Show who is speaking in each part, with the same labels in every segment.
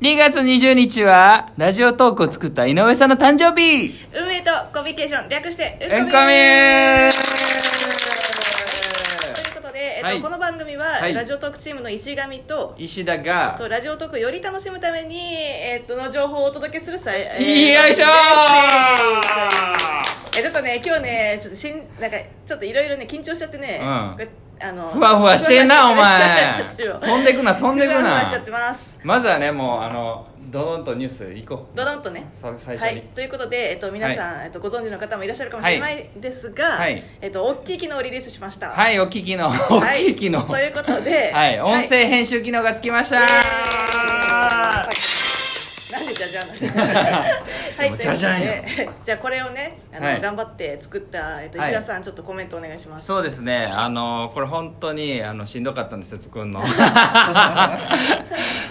Speaker 1: 2月20日は、ラジオトークを作った井上さんの誕生日
Speaker 2: 運営とコミュニケーション略して
Speaker 1: う
Speaker 2: 運
Speaker 1: んこみ
Speaker 2: コミはいという
Speaker 1: ー
Speaker 2: ことで、えっと
Speaker 1: はい
Speaker 2: この番組は、
Speaker 1: はい
Speaker 2: ラジオトークチームの石神と
Speaker 1: 石田が、
Speaker 2: とラジオトークをより楽しむために、えっとの情報をお届けするさ、えー
Speaker 1: よいしょー
Speaker 2: えちょっとね今日ねちょっとしんなんかちょっといろいろね緊張しちゃってね、
Speaker 1: うん
Speaker 2: これあの
Speaker 1: ふわふわしてんな、お
Speaker 2: ふわふわしちゃってる
Speaker 1: 前
Speaker 2: よ。
Speaker 1: 飛んでくな、飛んでく
Speaker 2: ふわふ
Speaker 1: な
Speaker 2: わしちゃっ。てます
Speaker 1: まずはね、もう、あの、ドドンとニュース行こう。
Speaker 2: ドドンとね
Speaker 1: さ最
Speaker 2: は
Speaker 1: 初
Speaker 2: い
Speaker 1: に。、
Speaker 2: ということで、えっと、皆さん、えっと、ご存知の方もいらっしゃるかもしれないですが、
Speaker 1: はい
Speaker 2: えっと、大きい機能をリリースしました、
Speaker 1: はい、お聞きの、お
Speaker 2: はい
Speaker 1: 聞きの。
Speaker 2: ということで、
Speaker 1: はい、音声編集機能がつきました
Speaker 2: はいなんでじゃじゃん は
Speaker 1: でもじゃじゃんよ
Speaker 2: ということでじゃあこれをねあの、
Speaker 1: はい
Speaker 2: 頑張って作った、えっと、
Speaker 1: はい
Speaker 2: 石田さん、ちょっとコメントお願いします
Speaker 1: そうですねあのこれ本当にあのしんどかったんですよ作るの
Speaker 2: い
Speaker 1: は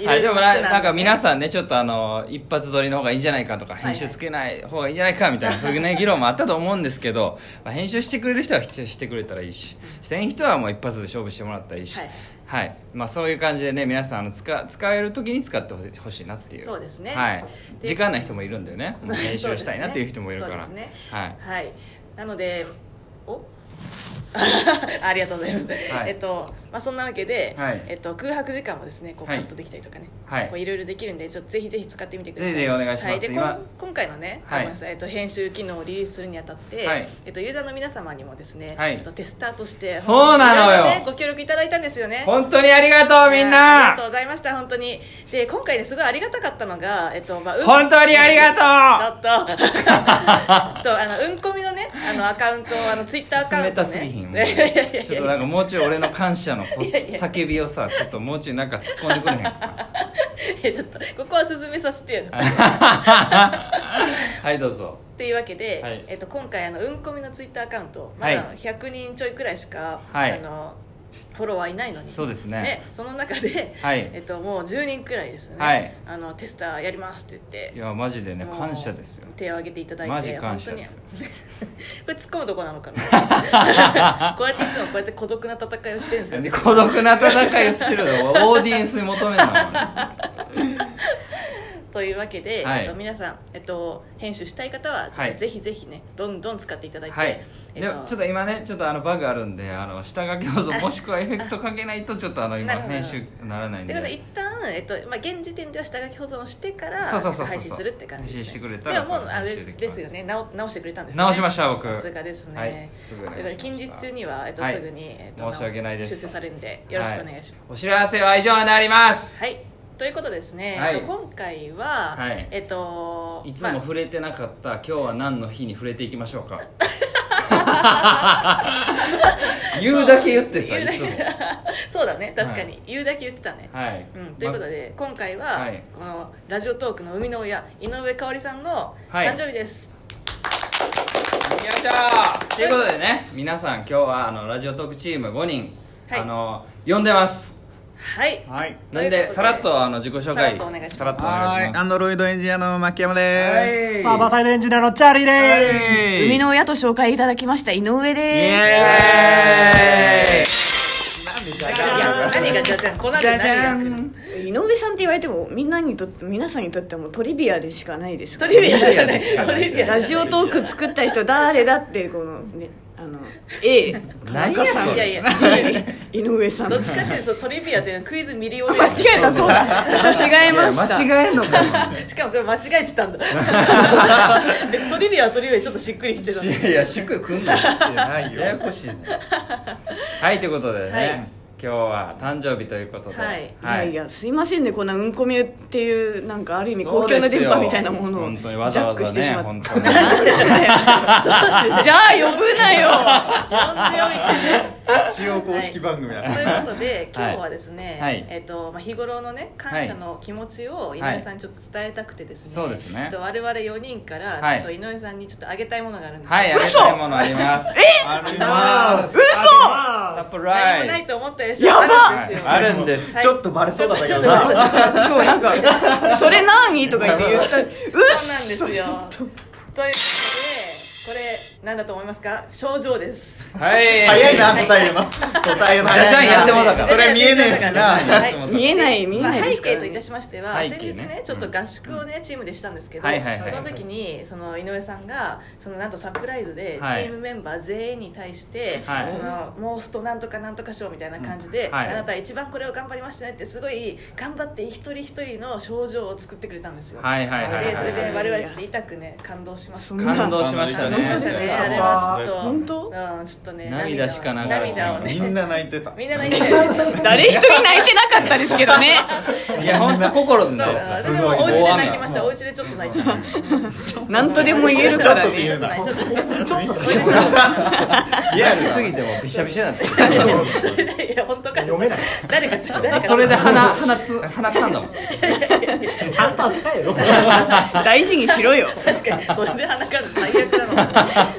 Speaker 2: ろい
Speaker 1: いで
Speaker 2: ろ
Speaker 1: もな
Speaker 2: 作らんでね
Speaker 1: なんか皆さんねちょっとあの一発撮りの方がいいんじゃないかとか編集つけない方がいいんじゃないかみ たいな、そういうね議論もあったと思うんですけど、まあ、編集してくれる人は必要してくれたらいいししてない人はもう一発で勝負してもらったらいいし
Speaker 2: は
Speaker 1: はいい、まあ、そういう感じでね皆さんあの使使える時に使ってほしほしいなっていう
Speaker 2: そうですね
Speaker 1: はい、
Speaker 2: で
Speaker 1: 時間ない人もいるんだよ ねもう編集したいなっていう人もいるから、
Speaker 2: そうですね
Speaker 1: はい
Speaker 2: はい、なのでお ありがとうございます、
Speaker 1: はい
Speaker 2: えっとまあ、そんなわけで、
Speaker 1: はい
Speaker 2: えっと、空白時間もですねこうカ
Speaker 1: はい
Speaker 2: ットできたりとかね、
Speaker 1: はい
Speaker 2: こういろいろできるんでちょっとぜひぜひ使ってみてください
Speaker 1: ぜひぜひお願いします
Speaker 2: はい、でこん
Speaker 1: 今
Speaker 2: 今回のね、
Speaker 1: はい
Speaker 2: あごめんなさいえっと、編集機能をリリースするにあたって、
Speaker 1: はい
Speaker 2: えっと、ユーザーの皆様にもですね、
Speaker 1: はい
Speaker 2: えっと、テスターとして
Speaker 1: そうなのよ
Speaker 2: いろいろねご協力いただいたんですよね
Speaker 1: 本当にありがとうみん
Speaker 2: はいありがと
Speaker 1: な
Speaker 2: うございました本当にで今回ねすごいありがたかったのが、えっとまあ、うん
Speaker 1: 本当にありがとう
Speaker 2: ちょっととあのうんこみのねあのアカウントをあのツイッターアカウン
Speaker 1: 冷
Speaker 2: ト、ね、
Speaker 1: たすぎひんもう
Speaker 2: いやいやいやいや
Speaker 1: ちょっとなんかもうちょい俺の感謝のこ
Speaker 2: いやいや
Speaker 1: 叫びをさちょっともうちょいなんか突っ込んでくれへん か
Speaker 2: いやちょっとここは進めさせてよ
Speaker 1: はいどうぞ
Speaker 2: っていうわけで、
Speaker 1: はい
Speaker 2: えっと、今回あのうんこみのツイッターアカウントま
Speaker 1: はい
Speaker 2: だ100人ちょいくらいしか、
Speaker 1: はい
Speaker 2: あのフォロワーいないのに
Speaker 1: そうですね
Speaker 2: その中で、
Speaker 1: はい
Speaker 2: えっと、もう10人くらいですね、
Speaker 1: はい
Speaker 2: あのテスターやりますって言って
Speaker 1: いやマジでね
Speaker 2: もう
Speaker 1: 感謝ですよ
Speaker 2: 手を挙げていただいて
Speaker 1: マジ感謝ですよ
Speaker 2: 本当に これ突っ込むとこなのか なこうやっていつもこうやって孤独な戦いをしてるんですよ
Speaker 1: なんで孤独な戦いをしてるのオーディエンスに求めるの
Speaker 2: というわけで、
Speaker 1: はい
Speaker 2: えっと、皆さん、えっと、編集したい方はちょ
Speaker 1: は
Speaker 2: っと
Speaker 1: い
Speaker 2: ぜひぜひね、どんどん使っていただいて、
Speaker 1: はい
Speaker 2: え
Speaker 1: でもちょっと今ねちょっとあのバグあるんであの下書きどうぞもしくはエフェクトかけないとちょっとあの今
Speaker 2: なるほど
Speaker 1: 編集ならないん
Speaker 2: ということで一
Speaker 1: で
Speaker 2: 旦、えっとまあ、現時点では下書き保存をしてから
Speaker 1: そうそうそうそう
Speaker 2: 配信するって感じです、ね、
Speaker 1: 配信してくれたら
Speaker 2: でももう
Speaker 1: そう
Speaker 2: あれで
Speaker 1: 編集
Speaker 2: す
Speaker 1: できます
Speaker 2: ですよね直直してくれたんですね
Speaker 1: 直しました僕
Speaker 2: さすがですね、
Speaker 1: はいすぐお願い
Speaker 2: ということで
Speaker 1: しま
Speaker 2: 近
Speaker 1: した
Speaker 2: 日中には、えっと
Speaker 1: はい
Speaker 2: すぐに、えっと、
Speaker 1: 申し訳ないです
Speaker 2: 直し修正されるんでよろしくお願いします、
Speaker 1: お知らせは以上になります
Speaker 2: はいということでですね、
Speaker 1: はい
Speaker 2: えっと、今回は、
Speaker 1: はい
Speaker 2: えっと
Speaker 1: いつも触れてなかった、今日は何の日に触れていきましょうか 言うだけ言ってさ
Speaker 2: そう
Speaker 1: いつも
Speaker 2: 言うだけ そうだね確かに、
Speaker 1: は
Speaker 2: 言うだけ言ってたね、
Speaker 1: はい、
Speaker 2: うん、ということ
Speaker 1: ま
Speaker 2: で、今回は、
Speaker 1: はい
Speaker 2: このラジオトークの生みの親井上香織さんの
Speaker 1: はい
Speaker 2: 誕生日です、
Speaker 1: 行きましょうということでね皆さん今日はあのラジオトークチーム5人、
Speaker 2: はい
Speaker 1: あの呼んでます
Speaker 2: はい、
Speaker 3: はい。
Speaker 1: なん
Speaker 2: ということで
Speaker 1: でさらっとあの自己紹介
Speaker 2: さらっとお願いします
Speaker 1: さらっとお
Speaker 3: は
Speaker 1: 願い
Speaker 3: い
Speaker 1: し、
Speaker 3: ア
Speaker 1: ま
Speaker 3: ンドロイドエンジニアの牧山
Speaker 1: す
Speaker 3: です。
Speaker 1: はい
Speaker 4: サーバーサイドエンジニアのチャーリーで
Speaker 1: はい
Speaker 5: 生みの親と紹介いただきました井上
Speaker 1: イ
Speaker 5: で
Speaker 1: エーイ
Speaker 2: いや何がじゃじゃんこの後
Speaker 1: じゃ
Speaker 2: 何
Speaker 1: じゃ
Speaker 2: が来る
Speaker 1: ん
Speaker 5: す井上さんって言われてもみんなにとって皆さんにとってはもうトリビアでしかないですか
Speaker 2: ト
Speaker 5: ら
Speaker 2: リビア
Speaker 1: トリビ
Speaker 2: だ
Speaker 1: アで
Speaker 2: ね
Speaker 1: しか
Speaker 2: ト
Speaker 1: ない
Speaker 2: リビア
Speaker 5: ラジオトーク作った人誰だってこのねあの A 田
Speaker 1: 何
Speaker 5: 中
Speaker 1: や
Speaker 5: さん
Speaker 1: そ
Speaker 2: いやい
Speaker 1: れ
Speaker 2: や
Speaker 5: B 井上さん
Speaker 2: ど
Speaker 5: 間
Speaker 2: っちかっていうとそのトリビアというのはクイズミリオネ
Speaker 5: 違えたそうだ間違えました
Speaker 1: 間違えんの かよ
Speaker 2: アしかもこれ間違えてたんだ別にトリビアはトリビアでちょっとしっくりきてた
Speaker 1: いやいや祝くんなよ
Speaker 3: 来てないよ。
Speaker 1: ややこしいねはいということでね、
Speaker 2: はい
Speaker 1: 今日は誕生日ということでは
Speaker 2: はい
Speaker 5: いやいやすいませんねこんなうんこみっていうなんかある意味公共の電波みたいなものを
Speaker 1: 本
Speaker 5: ジ
Speaker 1: 当に
Speaker 5: ャ
Speaker 1: わざわ
Speaker 5: ッ
Speaker 1: ざ
Speaker 5: ク
Speaker 1: ね
Speaker 5: してしまって
Speaker 1: 本当に
Speaker 5: じゃあ呼ぶなよ
Speaker 2: 呼んでよみたいな
Speaker 3: 一応公式番組や
Speaker 2: ということで今日はですね、
Speaker 1: はい
Speaker 2: えっとまあ、日頃のね感謝の気持ちを井上さんにちょっと伝えたくてですね、
Speaker 1: そうですね
Speaker 2: えっと、我々4人から
Speaker 1: は
Speaker 2: ちょ
Speaker 1: い
Speaker 2: っと井上さんにちょっとあげたいものがあるんですよ、
Speaker 1: はいあげたいものあります
Speaker 3: あり ます。
Speaker 1: サプ
Speaker 2: 何
Speaker 1: ラ
Speaker 2: もな
Speaker 1: イ
Speaker 2: い
Speaker 1: ズ
Speaker 2: と思ったでしょ
Speaker 5: やばっ
Speaker 2: あるんですよ、
Speaker 1: はいあるんです
Speaker 2: はい
Speaker 3: ちょっとバレそうだったけど
Speaker 2: ちょっ とバレ
Speaker 3: な。
Speaker 5: そうなんか「それ何?」とか言って言ったら「うっ
Speaker 2: そうなんですよということでこれなんだと思いますか症状です
Speaker 1: はい
Speaker 3: 早いな答えるの答えるの
Speaker 1: じゃじゃんやってもうたから
Speaker 3: それは見えねえしな
Speaker 2: はい
Speaker 5: 見えない見え
Speaker 2: まあ、
Speaker 5: ないで
Speaker 2: 背
Speaker 5: すから、
Speaker 2: 景といた
Speaker 5: ね
Speaker 2: しましては、
Speaker 1: 背景
Speaker 2: 先日
Speaker 1: ね
Speaker 2: ねちょっと合宿をね、チームでしたんですけど、
Speaker 1: はいはいはい
Speaker 2: その時にその井上さんがそのなんとサプライズでチ
Speaker 1: はい
Speaker 2: ームメンバー全員に対して、
Speaker 1: はい
Speaker 2: そのモーストなんとかなんとか賞みたいな感じで、
Speaker 1: うんはい
Speaker 2: あなた一番これを頑張りましたねってすごい頑張って一人一人の症状を作ってくれたんですよ。
Speaker 1: はいはいはい
Speaker 2: でそれで
Speaker 1: はい
Speaker 2: 我々ちょっと痛くね感動しました。
Speaker 5: そんな
Speaker 1: 感動しましたね
Speaker 5: 本当ですか
Speaker 2: ねあれはちょっと
Speaker 5: 本当
Speaker 2: うんちょっとね
Speaker 1: 涙しか流れない
Speaker 2: 涙を
Speaker 3: み
Speaker 2: ね
Speaker 3: んな泣いてた
Speaker 2: みんな泣いてたよね。
Speaker 5: 誰一人泣いてなかったですけど ね
Speaker 1: いや本当心でね
Speaker 2: 私
Speaker 3: す
Speaker 2: も
Speaker 3: ごい
Speaker 2: お家で泣きまし
Speaker 1: す
Speaker 2: たお家でちょっと泣いた
Speaker 5: 何とでも言えるからね
Speaker 3: 言えない
Speaker 2: ちょっと
Speaker 3: リアル
Speaker 1: す
Speaker 3: だ
Speaker 1: ぎてもうびしゃびしゃになって
Speaker 2: いや本当か
Speaker 4: 読めない
Speaker 2: 誰か誰 か
Speaker 1: それで鼻鼻つ鼻くさんだもん
Speaker 4: ちゃんと扱えよ
Speaker 5: 大事にしろよ
Speaker 2: 確かにそれで鼻から最悪なのかなま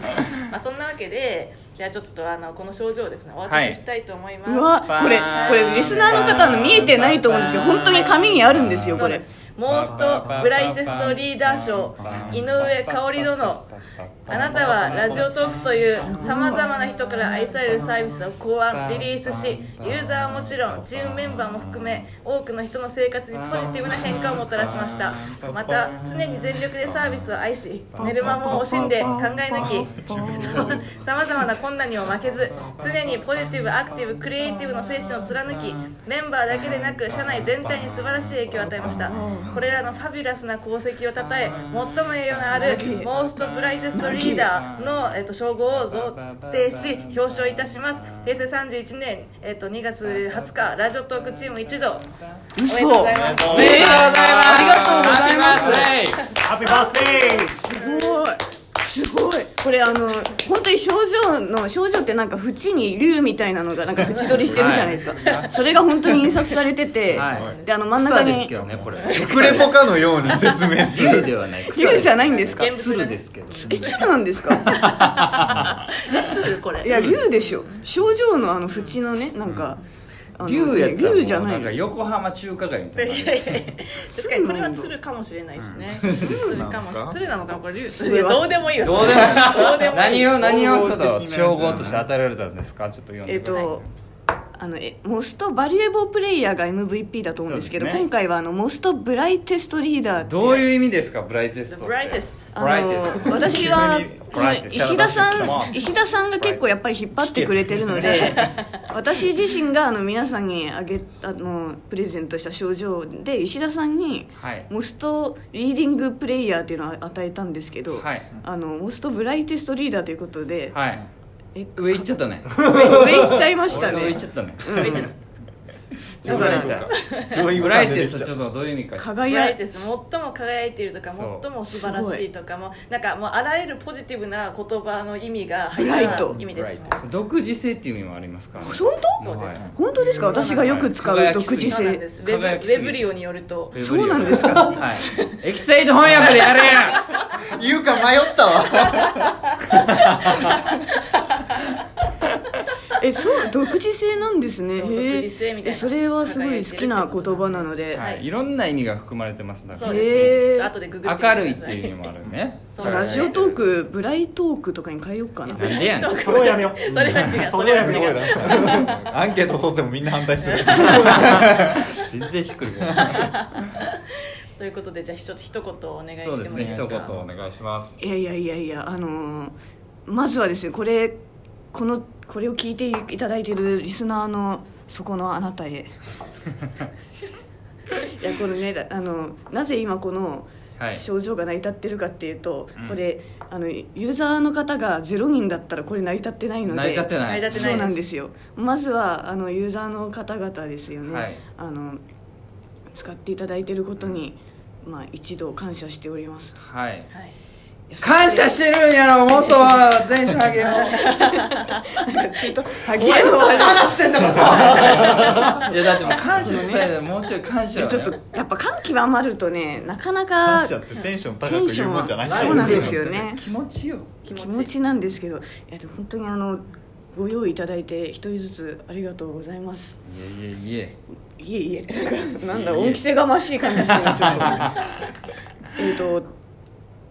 Speaker 2: あそんなわけでじゃあちょっとあのこの症状をですねお渡ししたいと思います、
Speaker 5: うわこれこれリスナーの方の見えてないと思うんですけど本当に紙にあるんですよこれ
Speaker 2: モーストブライテストリーダー賞井上香織殿あなたはラジオトークというさまざまな人から愛されるサービスを考案リリースしユーザーはもちろんチームメンバーも含め多くの人の生活にポジティブな変化をもたらしましたまた常に全力でサービスを愛し寝る間も惜しんで考え抜き さまざまな困難にも負けず常にポジティブアクティブクリエイティブの精神を貫きメンバーだけでなく社内全体に素晴らしい影響を与えましたこれらのファビュラスな功績をたたえ最も栄誉のあるモーストブライテストリーダーの、えっと称号を贈呈し表彰いたします平成31年、えっと2月20日ラジオトークチーム一同おめでとうご
Speaker 5: 嘘
Speaker 2: ざいます
Speaker 5: えーありがとうございます
Speaker 4: ハッピーバースデー
Speaker 5: すごいすごいこれあの本当に症状の症状ってなんか縁に竜みたいなのがなんか縁取りしてるじゃないですか、それが本当に印刷されてて、
Speaker 1: はい
Speaker 5: であの真ん中
Speaker 1: 草です
Speaker 5: に
Speaker 1: けどねこれ
Speaker 3: 食レポかのように説明す
Speaker 1: 竜
Speaker 3: る
Speaker 1: ではない草
Speaker 5: 竜じゃないんですか
Speaker 2: 現物
Speaker 1: 鶴
Speaker 2: が
Speaker 1: で
Speaker 2: ね
Speaker 1: すけど
Speaker 5: え鶴なんですか
Speaker 2: 鶴これ
Speaker 5: いや竜でしょ症状のあの縁のねなんか、あの
Speaker 1: 竜やったらも
Speaker 5: 竜じゃ
Speaker 1: う
Speaker 5: な
Speaker 1: ないんか横浜中華街みたいな感じ
Speaker 2: 確かにこれは鶴かもしれないですね。鶴かもし鶴なのかなこれ竜。
Speaker 5: れは
Speaker 2: どうでもいいよ。
Speaker 1: どうでも
Speaker 2: どうでもいい。
Speaker 1: 何を何をちょっと称号として与えられたんですかちょっと読ん
Speaker 5: え
Speaker 1: で
Speaker 5: っ
Speaker 1: ください
Speaker 5: と、あのえモストバリエボープレイヤーが MVP だと思うんですけど
Speaker 1: そうですね
Speaker 5: 今回はあのモストブライテストリーダーって
Speaker 1: どういう意味ですかブライテス
Speaker 2: The
Speaker 1: ト
Speaker 2: brightest
Speaker 5: あの私は
Speaker 3: 急に
Speaker 5: この石田さ
Speaker 1: ブライテス
Speaker 5: ん
Speaker 1: ト
Speaker 5: 石田さんが結構やっぱり引っ張ってくれてるので私自身があの皆さんにあげあのプレゼントした症状で石田さんに
Speaker 1: はい
Speaker 5: モストリーディングプレイヤーっていうのを与えたんですけど、
Speaker 1: はい
Speaker 5: あのモストブライテストリーダーということで、
Speaker 1: はい
Speaker 5: え
Speaker 1: 上行っちゃったね
Speaker 5: 上行っちゃいました
Speaker 1: 俺の上
Speaker 5: ね
Speaker 1: 行っちゃったね
Speaker 5: だから
Speaker 3: 上位
Speaker 1: ブ
Speaker 3: 互
Speaker 1: ラ
Speaker 3: 換
Speaker 1: イ
Speaker 3: 出
Speaker 1: テ
Speaker 3: てき
Speaker 1: スト
Speaker 3: ち
Speaker 1: ちょ
Speaker 3: ゃっ
Speaker 1: っとどういう意味か
Speaker 5: 輝い
Speaker 2: brightest 最も輝いているとか
Speaker 1: そう
Speaker 2: 最も素晴らしいとかもなんかもうあらゆるポジティブな言葉の意味が入っ
Speaker 5: ブライト
Speaker 2: た意味です。
Speaker 1: 独自性っていう意味もありますからね
Speaker 5: 本当
Speaker 2: そうです。
Speaker 5: 本当ですか私がよく使う独自
Speaker 2: そうなんで
Speaker 5: 性
Speaker 2: す。ウェブウ
Speaker 1: 輝きすぎる
Speaker 2: ェブリオによると
Speaker 1: ウェブリオ
Speaker 5: そうなんですか
Speaker 1: はいエキサイト翻訳でやれや
Speaker 3: た言うか迷ったわ
Speaker 5: えそう独自性なんですね
Speaker 2: そう
Speaker 5: へえ
Speaker 2: 独自性みたいな
Speaker 5: えそれはすごい好きな言葉なので、
Speaker 1: は
Speaker 2: はい
Speaker 1: いいろんな意味が含まれてますだか
Speaker 2: そ
Speaker 1: ら
Speaker 2: う
Speaker 1: ね
Speaker 2: です
Speaker 5: へ
Speaker 2: ね。
Speaker 5: ー
Speaker 2: ちょっと後でググってみてく
Speaker 1: 明
Speaker 2: ださ
Speaker 1: るいっていう意味もあるね
Speaker 2: そう
Speaker 5: ラジオトークブライトークとかに変えようか
Speaker 1: な
Speaker 5: な
Speaker 1: んでやねん
Speaker 4: それをやめよう
Speaker 2: それは違う。
Speaker 4: それは
Speaker 3: す
Speaker 4: 違
Speaker 3: ごいうなアンケート取ってもみんな反対する
Speaker 1: 全然しっくりこない
Speaker 2: ということでじゃあちょっと一言お願いして
Speaker 1: そうです
Speaker 2: もいい
Speaker 1: ね
Speaker 2: で
Speaker 1: 一
Speaker 2: す
Speaker 1: 言
Speaker 2: か。
Speaker 1: お願いします
Speaker 5: いやいやいやいやあのーまずはですねこれこのこれを聞いていただいているリスナーのそこのあな たへいやこのねらあのなぜ今この
Speaker 1: はい
Speaker 5: 症状が成り立ってるかっていうと、
Speaker 1: うん
Speaker 5: これあのユーザーの方が0人だったらこれ成り立ってないので
Speaker 1: 成り立ってない
Speaker 2: 成り立って
Speaker 5: そう
Speaker 2: な
Speaker 5: ないん
Speaker 2: で。
Speaker 5: ですすよまずはあのユーザーの方々ですよね、
Speaker 1: はい
Speaker 5: あの使っていただいてることに、まあ、一度感謝しておりますと
Speaker 1: はい
Speaker 2: はい。
Speaker 5: いや
Speaker 1: 感謝してるんやろもっとテンション上げよ
Speaker 5: ちょっと萩江の話
Speaker 1: ういやだってもう感謝伝えるもうちょい感謝をね
Speaker 5: ちょっとやっぱ感極まるとねなかなか
Speaker 3: 感謝ってテンション高
Speaker 5: テン
Speaker 3: く
Speaker 5: シ
Speaker 3: 言
Speaker 5: ョ
Speaker 3: う
Speaker 5: ン
Speaker 3: もんじゃな
Speaker 5: はいそうなんですよね
Speaker 1: 気持ちよ
Speaker 2: 気
Speaker 5: 気
Speaker 2: 持
Speaker 5: 持
Speaker 2: ち。
Speaker 5: ちなんですけどいやでも本当にあのご用意いただいて一人ずつありがとうございます
Speaker 1: いえいえいえ
Speaker 5: いえいえ なんかなんだ
Speaker 1: いえいえ
Speaker 5: 恩着せがましい感じですねちょっとえっと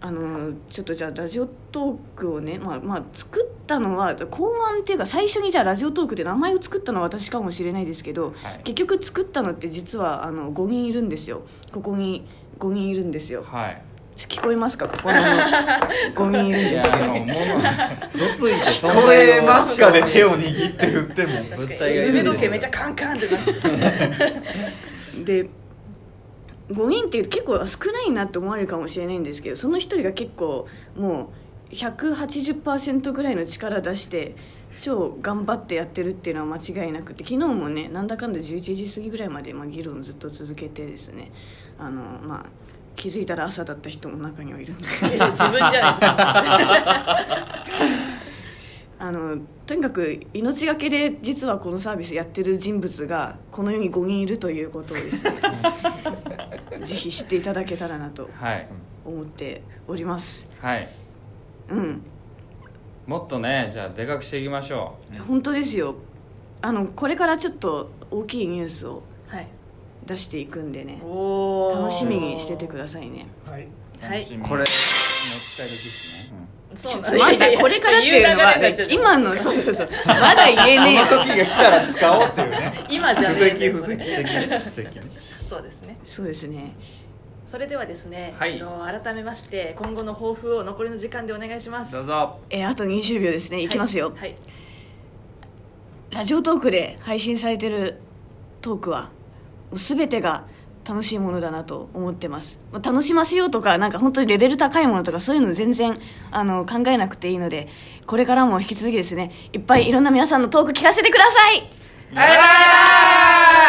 Speaker 5: あのちょっとじゃあラジオトークをね、まあまあ、作ったのは考案っていうか最初にじゃあラジオトークって名前を作ったのは私かもしれないですけど、
Speaker 1: はい
Speaker 5: 結局作ったのって実はあの5人いるんですよここに5人いるんですよ
Speaker 1: はい
Speaker 5: 聞こえますかここにあの5人いる
Speaker 1: い
Speaker 5: んで
Speaker 1: や
Speaker 5: す よ
Speaker 1: あの物どついて存
Speaker 3: これますかで
Speaker 1: ね
Speaker 3: 手を握って振っても
Speaker 2: 確かに
Speaker 1: 物体がいるんですよ
Speaker 2: 腕時計めっちゃカンカンってなって
Speaker 5: で5人っていうと結構少ないなって思われるかもしれないんですけどその1人が結構もう180%ぐらいの力出して超頑張ってやってるっていうのは間違いなくて昨日もねなんだかんだ11時過ぎぐらいまで、まあ、議論ずっと続けてですねあの、まあ、気づいたら朝だった人も中にはいるんですけど
Speaker 2: 自分じゃないですか
Speaker 5: あのとにかく命がけで実はこのサービスやってる人物がこの世に5人いるということ をですねぜひ知っていただけたらなと
Speaker 1: はい
Speaker 5: 思っております
Speaker 1: はい
Speaker 5: うん
Speaker 1: もっとねじゃあでかくしていきましょ
Speaker 5: 本当ですよあのこれからちょっと大きいニュースを
Speaker 2: はい
Speaker 5: 出していくんでね
Speaker 2: おー
Speaker 5: 楽しみにしててくださいね
Speaker 4: はい。
Speaker 2: はい
Speaker 1: これもう期待できですね
Speaker 5: ち
Speaker 2: そ
Speaker 5: ょ
Speaker 2: う
Speaker 5: っと待ってこれからっていうの
Speaker 2: 言
Speaker 5: は
Speaker 2: う流れになっちゃう
Speaker 5: 今のそうそうそうまだ言えねえよ
Speaker 3: この時が来たら使おうっていうね
Speaker 2: 今じゃ
Speaker 3: 布
Speaker 2: ね
Speaker 3: 石
Speaker 2: え ん
Speaker 3: 布
Speaker 2: だよ
Speaker 3: 石
Speaker 2: そうですね
Speaker 5: そうですね
Speaker 2: それではですね、
Speaker 1: はい
Speaker 2: えっと改めまして今後の抱負を残りの時間でお願いします
Speaker 1: どうぞ
Speaker 5: えーあと20秒ですねいきますよ、
Speaker 2: はい、はい
Speaker 5: ラジオトークで配信されてるトークはもう全てが楽しいものだなと思ってますまあ楽しませようとかなんか本当にレベル高いものとかそういうの全然あの考えなくていいのでこれからも引き続きですねいっぱいいろんな皆さんのトーク聞かせてください
Speaker 1: あ